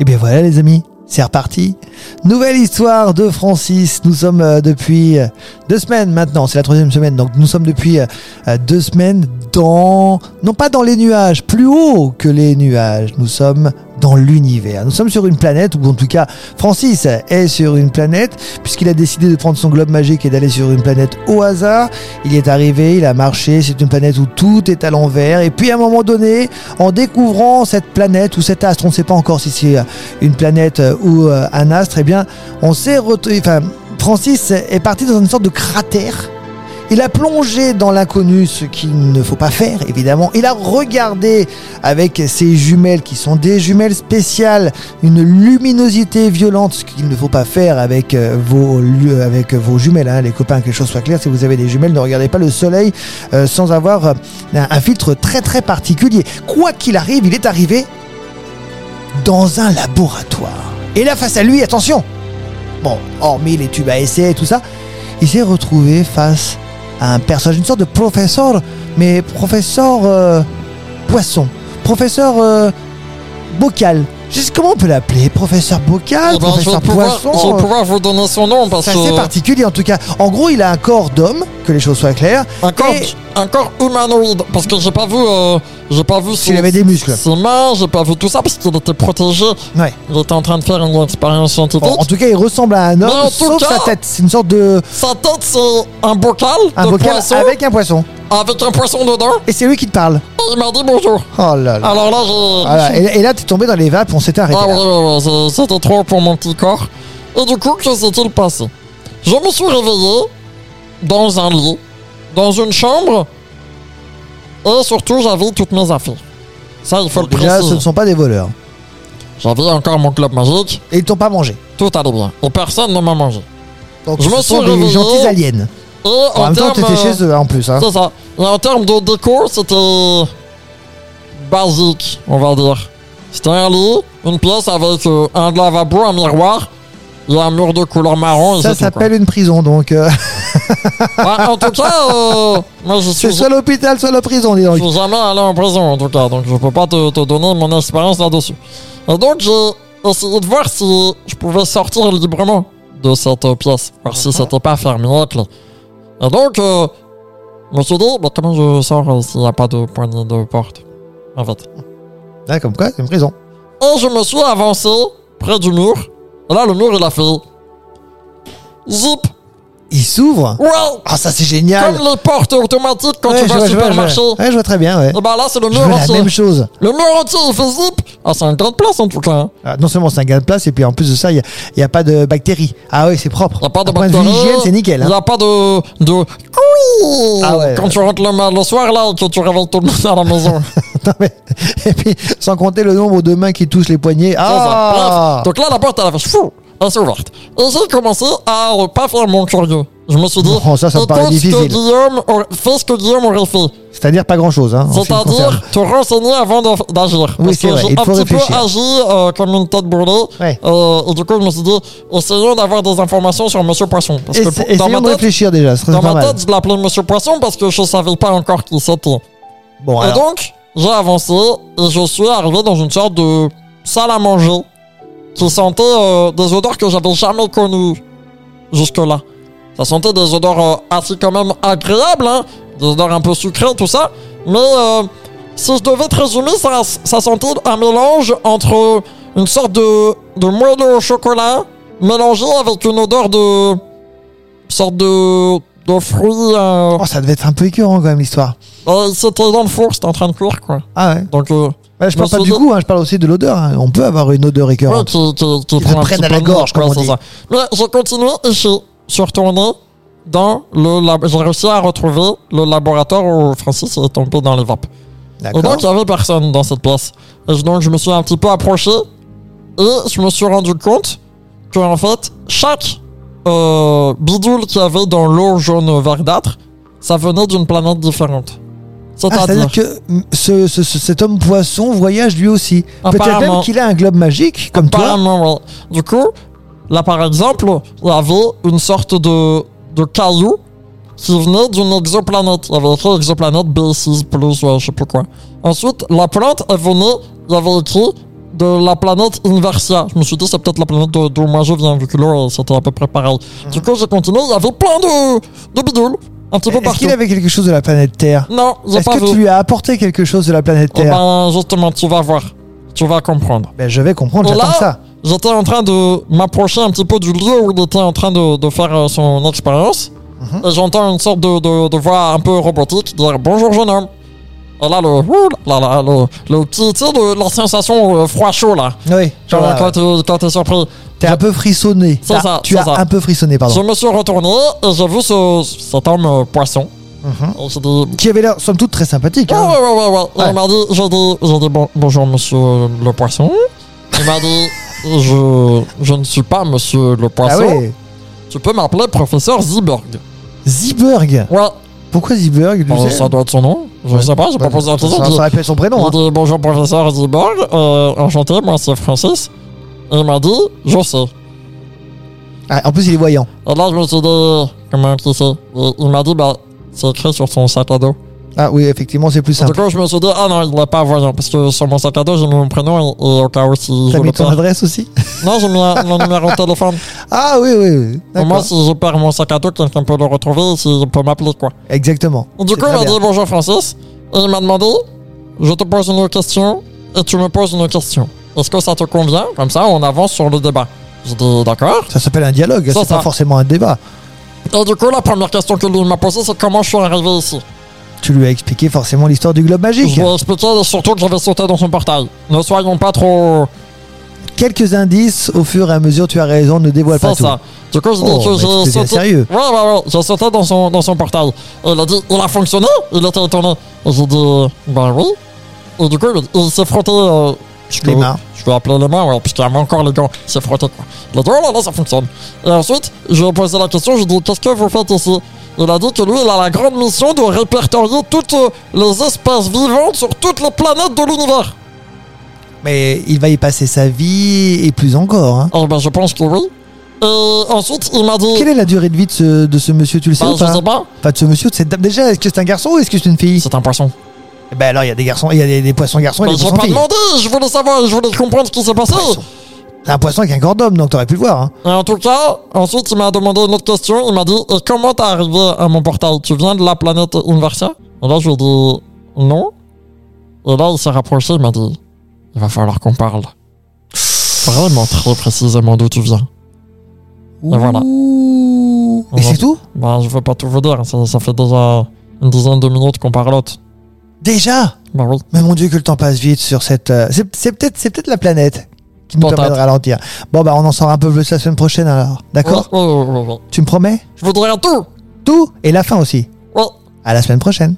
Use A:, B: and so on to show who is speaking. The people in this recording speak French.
A: Et Eh bien voilà les amis, c'est reparti. Nouvelle histoire de Francis. Nous sommes euh, depuis euh, deux semaines maintenant, c'est la troisième semaine, donc nous sommes depuis euh, euh, deux semaines dans... Non pas dans les nuages, plus haut que les nuages. Nous sommes dans l'univers. Nous sommes sur une planète, ou en tout cas Francis est sur une planète, puisqu'il a décidé de prendre son globe magique et d'aller sur une planète au hasard. Il y est arrivé, il a marché, c'est une planète où tout est à l'envers. Et puis à un moment donné, en découvrant cette planète ou cet astre, on ne sait pas encore si c'est euh, une planète euh, ou euh, un astre, eh bien on s'est retrouvé... Enfin, Francis est parti dans une sorte de cratère. Il a plongé dans l'inconnu, ce qu'il ne faut pas faire, évidemment. Il a regardé avec ses jumelles, qui sont des jumelles spéciales, une luminosité violente, ce qu'il ne faut pas faire avec euh, vos, lu- avec vos jumelles, hein, les copains, que les choses soient claires. Si vous avez des jumelles, ne regardez pas le soleil euh, sans avoir euh, un, un filtre très très particulier. Quoi qu'il arrive, il est arrivé dans un laboratoire. Et là, face à lui, attention Bon, hormis les tubes à essai et tout ça, il s'est retrouvé face à un personnage, une sorte de professeur, mais professeur euh, poisson, professeur euh, bocal. Je sais comment on peut l'appeler, professeur bocal,
B: Eh ben, je, vais
A: professeur
B: pouvoir,
A: poisson.
B: je vais
A: euh,
B: pouvoir vous donner son nom parce
A: c'est assez
B: que
A: particulier en tout cas. En gros, il a un corps d'homme, que les choses soient claires.
B: un corps,
A: Et-
B: un corps humanoïde parce que j'ai pas vu euh, j'ai pas vu
A: S'il
B: ses-
A: avait des muscles.
B: ses mains j'ai pas vu tout ça parce qu'il était protégé
A: Ouais.
B: il était en train de faire une expérience scientifique
A: Bon, en tout cas, il ressemble à un
B: Mais en
A: homme,
B: tout
A: sauf
B: cas-
A: sa tête. C'est une sorte de
B: sa tête c'est un bocal
A: un
B: de
A: bocal
B: poisson avec...
A: avec un poisson.
B: un poisson dedans
A: Et c'est lui qui te parle.
B: et il m'a dit bonjour
A: Oh là là.
B: alors là j'ai
A: Voilà, Et, et là, t'es tombé dans les vapes, on s'était arrêté.
B: Ah ouais,
A: là.
B: ouais, ouais, c'est- c'était trop pour mon petit corps. Et du coup, que s'est-il passé Je me suis réveillé dans un lit, dans une chambre, et surtout j'avais toutes mes affaires. Ça, il faut le
A: Déjà, ce
B: préciser.
A: ne sont pas des voleurs.
B: J'avais encore mon club magique,
A: Et ils t'ont pas mangé.
B: tout allait bien. Et personne ne m'a mangé.
A: Donc, ce
B: Je me
A: sont
B: suis
A: des
B: réveillé.
A: gentils aliens.
B: Et
A: En
B: en
A: même temps,
B: termes
A: t'étais
B: euh,
A: chez eux hein, en plus. hein.
B: c'est ça. Et en termes de déco, c'était basique, on va dire. C'était un lit, une pièce avec euh, un lavabo, un miroir et un mur de couleur marron. et
A: Ça
B: c'est tout, quoi.
A: s'appelle une prison, donc euh,
B: Ouais, en tout cas, euh, moi je
A: c'est
B: suis,
A: soit l'hôpital, soit la prison, dis
B: je
A: donc.
B: suis jamais allé en prison en tout cas, donc je peux pas te, te donner mon expérience là-dessus. Et donc j'ai essayé de voir si je pouvais sortir librement de cette euh, pièce, voir si c'était pas fermé à clé. Et donc, euh, je me suis dit, bah, comment je sors euh, s'il n'y a pas de poignée de porte En fait.
A: Ah, comme quoi, c'est une prison.
B: Et je me suis avancé près du mur, et là le mur il a fait. Zip
A: Ils s'ouvrent.
B: Ouais
A: Ah, ça c'est génial.
B: Comme les portes automatiques quand
A: Ouais,
B: tu vas
A: je
B: au
A: vois, je vois, je vois.
B: supermarché.
A: Ouais, je vois très bien, ouais.
B: Et bah là, c'est le
A: Je
B: mur
A: veux la
B: entier.
A: même chose.
B: Le mur entier, il fait zip. Ah, c'est un grain de place en tout cas. hein.
A: Ah, non seulement c'est un gain de place, et puis en plus de ça, il n'y a, pas de bactéries. Ah oui, c'est propre.
B: Il n'y a pas de
A: D'un point de vue
B: bactéries,
A: hygiène, c'est nickel.
B: Il n'y
A: hein.
B: a pas de. de... couille.
A: Ah ouais.
B: Quand tu rentres le, ma- le soir là et que tu réveilles tout le monde à la maison.
A: Non, mais- Et puis, sans compter le nombre de mains qui touchent les poignets. Ah
B: Bref. Donc là, la porte, elle a fait fou. Elle s'est ouverte. Et j'ai commencé à euh, pas faire mon curieux. Je me suis dit.
A: Oh, ça, ça me paraît
B: écoute ce que
A: difficile.
B: Guillaume aurait- Fais ce que Guillaume aurait fait.
A: C'est-à-dire pas grand-chose. Hein, en ce qui me concerne.
B: C'est-à-dire te renseigner avant de- d'agir.
A: Oui,
B: Parce
A: c'est
B: que
A: vrai,
B: j'ai
A: il
B: un
A: faut
B: petit peu
A: réfléchir.
B: agi euh, comme une tête brûlée.
A: Ouais.
B: Euh, et du coup, je me suis dit, essayons d'avoir des informations sur Monsieur Poisson. Parce que
A: Essa-
B: pour- dans
A: Essayons de
B: ma tête,
A: réfléchir déjà, ce serait
B: dans
A: pas
B: ma
A: mal.
B: tête je l'appelais Monsieur Poisson parce que je savais pas encore qui c'était.
A: Bon,
B: Et
A: alors,
B: donc, j'ai avancé et je suis arrivé dans une sorte de salle à manger qui sentait euh, des odeurs que j'avais jamais connues jusque-là. Ça sentait des odeurs euh, assez quand même agréables, hein, des odeurs un peu sucrées, tout ça. Mais euh, si je devais te résumer, ça, ça sentait un mélange entre une sorte de, de moelleux au chocolat mélangé avec une odeur de sorte de, de fruits. euh,
A: oh, ça devait être un peu écœurant quand même l'histoire.
B: euh, c'était dans le four, c'était en train de cuire, quoi.
A: Ah ouais.
B: Donc, euh,
A: Ouais, je parle
B: Dans
A: pas
B: ce
A: du
B: dos-
A: goût, hein, je parle aussi de l'odeur. hein. On peut avoir une odeur
B: ouais,
A: écœurante.
B: qui, qui, qui
A: Ils
B: prend
A: te
B: un
A: prennent
B: petit
A: à la
B: peu de
A: gorge,
B: nez,
A: comme on
B: quoi, c'est
A: dit.
B: ça. Mais j'ai continué et je suis retourné dans le lab. J'ai réussi à retrouver le laboratoire où Francis est tombé dans les vapes. Et
A: D'accord.
B: donc, il n'y avait personne dans cette pièce. Et je- donc, je me suis un petit peu approché et je me suis rendu compte que, en fait, chaque euh, bidule qu'il y avait dans l'eau jaune verdâtre, ça venait d'une planète différente.
A: Ah,
B: C'est-à-dire.
A: C'est-à-dire que mm, ce, ce- ce- cet homme poisson voyage lui aussi. Peut-être
B: Apparemment.
A: même qu'il a un globe magique, comme toi.
B: Apparemment, ouais. Du coup, là par exemple, il y avait une sorte de, de caillou qui venait d'une exoplanète. Il y avait écrit exoplanète B6 plus, ouais, je sais plus quoi. Ensuite, la plante, elle venait, il y avait écrit de la planète Inversia. Je me suis dit, c'est peut-être la planète de- d'où moi je viens, vu que là, euh, c'était à peu près pareil.
A: Mhm.
B: Du coup, j'ai continué, il y avait plein de, de bidules, un petit peu
A: Est-ce
B: partout.
A: qu'il avait quelque chose de la planète Terre
B: Non, j'ai
A: Est-ce
B: pas
A: que tu
B: vu.
A: lui as apporté quelque chose de la planète
B: Eh
A: Terre
B: ben, justement, tu vas voir. Tu vas comprendre.
A: ben, Je vais comprendre, j'attends
B: Là-
A: ça.
B: J'étais en train de m'approcher un petit peu du lieu où il était en train de, de faire euh, son expérience.
A: Mhm.
B: Et j'entends une sorte de, de, de voix un peu robotique dire Bonjour, jeune homme. Et là, le, ouh là, là, là, le, le petit, tu sais, le- la sensation euh, froid-chaud, là.
A: Oui,
B: Quand,
A: genre, euh,
B: quand tu- quand t'es surpris.
A: t'es un peu frissonné.
B: C'est
A: T'as-
B: ça,
A: tu
B: c'est
A: as
B: ça.
A: un peu frissonné,
B: Je
A: pardon.
B: me suis retourné et j'ai vu ce, cet homme euh, poisson.
A: Mhm.
B: Et j'ai dit
A: Qui avait l'air, somme toute, très sympathique.
B: Ouais,
A: hein.
B: ouais, ouais, ouais, ouais.
A: Ouais.
B: Il m'a dit, j'ai dit, j'ai dit bon- bonjour monsieur euh, le poisson. Il m'a dit, je, je ne suis pas monsieur le
A: Ah
B: poisson.
A: ouais
B: Tu peux m'appeler professeur Ziberg.
A: Ziberg
B: Ouais,
A: Pourquoi Ziberg lui,
B: Bon,
A: c'est-
B: Oh, ça doit être son nom. Je
A: Ouais.
B: sais pas, j'ai
A: Bah,
B: pas posé la
A: ça,
B: question.
A: ça,
B: Il dit-
A: aurait pu être son prénom.
B: Il
A: hein.
B: dit bonjour professeur Ziberg, euh, enchanté, moi c'est Francis. Et il m'a dit, je sais.
A: Ah, en plus, il est voyant.
B: Et là je me suis dit, comment tu sais Et Il m'a dit, bah, c'est écrit sur son sac à dos.
A: Ah oui, effectivement, c'est plus
B: En tout
A: simple.
B: cas, je me suis dit, ah non, il n'est pas voyant, parce que sur mon sac à dos, j'ai mis mon prénom et, et au cas où si je
A: T'as
B: le
A: mis ton
B: perds.
A: adresse aussi
B: Non, j'ai mis un- mon numéro de téléphone.
A: Ah oui, oui, oui.
B: Au moins,
A: D'accord.
B: si je perds mon sac à dos, quelqu'un peut le retrouver, s'il peut m'appeler, quoi.
A: Exactement.
B: Du
A: C'est
B: coup, il
A: très
B: m'a
A: bien.
B: dit bonjour Francis, et il m'a demandé je te pose une question, et tu me poses une question. Est-ce que ça te convient Comme ça, on avance sur le débat. J'ai dit d'accord.
A: Ça s'appelle un dialogue,
B: C'est
A: c'est pas
B: ça.
A: forcément un débat.
B: Et du coup, la première question que lui m'a posée, c'est comment je suis arrivé ici.
A: Tu lui as expliqué forcément l'histoire du globe
B: Je
A: magique.
B: lui ai expliqué surtout que j'avais sauté dans son portail. Ne soyons pas trop.
A: Quelques indices au fur et à mesure, tu as raison, ne dévoile pas
B: C'est
A: tout.
B: ça. Du coup, je dis
A: Oh,
B: que
A: mais tu
B: j'ai
A: deviens
B: sauté.
A: sérieux.
B: Ouais, ouais, ouais. J'ai sauté dans son, dans son portail. Et il a dit, il a fonctionné Il était étonné. Et j'ai dit, ben oui. Et du coup, il, il s'est frotté. euh, je
A: Les
B: peux-
A: mains.
B: Je peux appeler les mains, ouais, parce qu'il y avait encore les gants. Il s'est frotté, quoi. Il a dit, oh là là, ça fonctionne. Et ensuite, je lui ai posé la question, je lui ai dit, qu'est-ce que vous faites ici Il a dit que lui, il a la grande mission de répertorier toutes euh, les espèces vivantes sur toutes les planètes de l'univers.
A: Mais il va y passer sa vie et plus encore. hein.
B: Et ben, je pense que oui. Et ensuite, il m'a dit,
A: Quelle est hein la durée de vie de ce, de ce monsieur, tu le sais
B: ben,
A: ou
B: je
A: pas
B: sais pas,
A: Enfin, de ce monsieur, de cette dame. Déjà, est-ce que c'est un garçon ou est-ce que c'est une fille
B: c'est un poisson.
A: Eh Ben alors, il y a des garçons, il y a des, des poissons garçons et
B: Mais
A: des
B: Bah,
A: poissons
B: je pas
A: filles.
B: demandé, je voulais savoir, je voulais comprendre ce qui s'est passé.
A: Poisson. C'est un poisson avec un corps d'homme, donc t'aurais pu le voir. hein.
B: Et en tout cas, ensuite, il m'a demandé une autre question. Il m'a dit Et comment t'es arrivé à mon portail Tu viens de la planète Inversia Et là, je lui ai dit Non. Et là, il s'est rapproché, il m'a dit Il va falloir qu'on parle. Vraiment très précisément d'où tu viens. Et voilà.
A: Ouh. Et
B: Voilà.
A: c'est tout
B: Ben, je veux pas tout vous dire, ça, ça fait déjà une dizaine de minutes qu'on parlote.
A: Déjà
B: Ben oui.
A: Mais mon dieu que le temps passe vite sur cette. euh, c'est c'est peut-être c'est peut-être la planète qui nous
B: Peut-être.
A: permet de ralentir. Bon bah on en saura un peu plus la semaine prochaine alors. D'accord
B: Ouais, ouais, ouais, ouais, ouais.
A: Tu me promets
B: Je voudrais tout
A: Tout et la fin aussi.
B: Ouais.
A: À la semaine prochaine.